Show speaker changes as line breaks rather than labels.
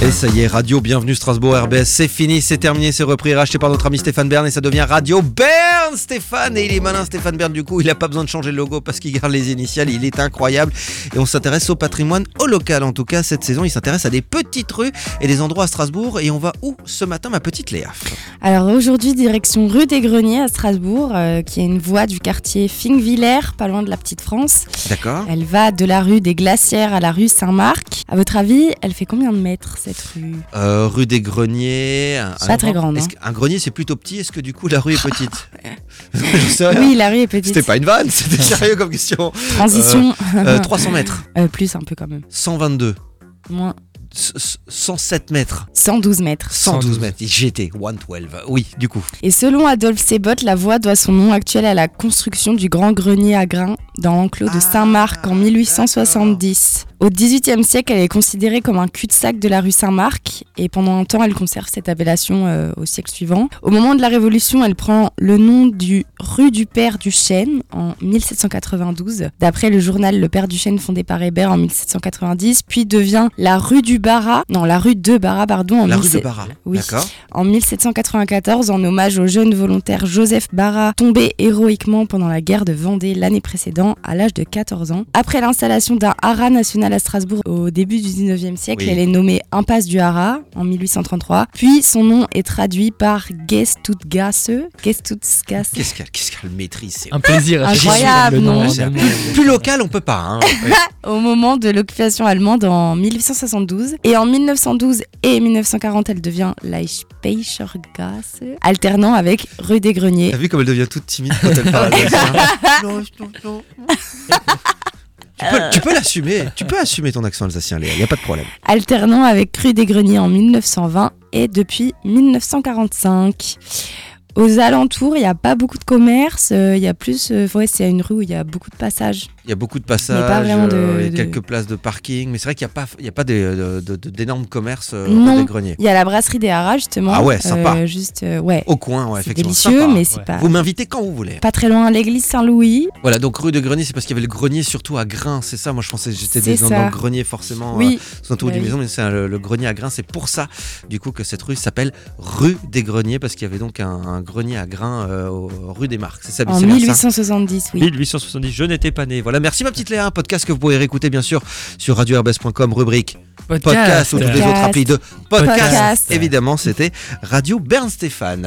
Et ça y est, Radio Bienvenue Strasbourg RBS, c'est fini, c'est terminé, c'est repris, racheté par notre ami Stéphane Bern et ça devient Radio Bern Stéphane Et il est malin Stéphane Bern du coup, il n'a pas besoin de changer le logo parce qu'il garde les initiales, il est incroyable. Et on s'intéresse au patrimoine, au local en tout cas, cette saison il s'intéresse à des petites rues et des endroits à Strasbourg. Et on va où ce matin ma petite Léa
Alors aujourd'hui, direction rue des Greniers à Strasbourg, euh, qui est une voie du quartier Fingvillers, pas loin de la Petite France.
D'accord
Elle va de la rue des Glacières à la rue Saint-Marc. À votre avis, elle fait combien de mètres cette rue
Euh, Rue des Greniers... un-
Pas très grande,
Est-ce
hein.
qu'un grenier c'est plutôt petit, est-ce que du coup la rue est petite Je sais rien.
Oui, la rue est
Euh, C'était
petite.
pas une vanne, c'était sérieux comme question
Transition.
Euh, 300 mètres,
Euh, plus un peu quand même.
122,
Moins
c- c- 107 mètres,
112 mètres.
112
112.
mètres. J'étais 112. Oui, du coup.
Et selon Adolphe Sebot, la voie doit son nom actuel à la construction du grand grenier à grains dans l'enclos de
Ah,
Saint-Marc en 1870. Au XVIIIe siècle, elle est considérée comme un cul-de-sac de la rue Saint-Marc et pendant un temps, elle conserve cette appellation euh, au siècle suivant. Au moment de la Révolution, elle prend le nom du rue du Père du Chêne en 1792, d'après le journal Le Père du Chêne fondé par Hébert en 1790, puis devient la rue du Barra, non, la rue de Barra, pardon, en
La rue
17
de Barra.
oui.
D'accord.
en 1794, en hommage au jeune volontaire Joseph Barra, tombé héroïquement pendant la guerre de Vendée l'année précédente à l'âge de 14 ans. Après l'installation d'un haras national à Strasbourg au début du 19e siècle,
Oui.
elle est nommée Impasse du Haras en 1833. Puis son nom est traduit par Gestutgasse. Gestutgasse.
Qu'est-ce qu'elle qu'est-ce qu'elle maîtrise c'est
Un plaisir. à
Incroyable,
chercher le nom
non
en allemand.
Plus local, on peut pas. hein.
au moment de l'occupation allemande en 1872. Et en 1912 et 1940, elle devient Leichpeichergasse, alternant avec rue des Greniers.
T'as vu comme elle devient toute timide quand elle parle comme ça Non, non, non. Tu peux,
Euh.
tu peux l'assumer, tu peux assumer ton accent alsacien, Léa, y a pas de problème.
alternant avec Rue des Greniers en 1920 et depuis 1945. Aux alentours, il n'y a pas beaucoup de commerce, euh, il y a plus. euh, ouais, c'est une rue où il y a beaucoup de passages.
Il y a beaucoup de
pas
passages,
vraiment de-
euh, il y a
de-
quelques places de parking, mais c'est vrai qu'il n'y a pas, il y a pas des, euh, de- de- d'énormes commerces euh,
Non.
des greniers.
Il y a la brasserie des Haras, justement.
Ah ouais, sympa.
Euh, juste, euh, ouais.
Au coin, ouais,
c'est
effectivement.
délicieux,
sympa.
mais c'est
ouais.
pas.
Vous m'invitez quand vous voulez.
Pas très loin, l'église Saint-Louis.
Voilà, donc rue de Grenier, c'est parce qu'il y avait le grenier surtout à grains, c'est ça Moi je pensais que j'étais
C'est
dans,
ça.
dans le grenier forcément, euh,
Oui,
c'est autour
bah
d'une
oui.
maison, mais c'est euh, le, le grenier à grains, c'est pour ça du coup que cette rue s'appelle rue des Greniers, parce qu'il y avait donc un, un grenier à grains euh, au- rue des Marques, c'est ça
en
c'est bien ça
1870, oui.
1870, je n'étais pas né. Voilà, merci ma petite Léa, un podcast que vous pouvez réécouter bien sûr sur radioherbes.com, rubrique podcast, ou toutes les
Podcast.
autres applis de podcast.
Podcast.
Évidemment, c'était Radio Bern Stéphane.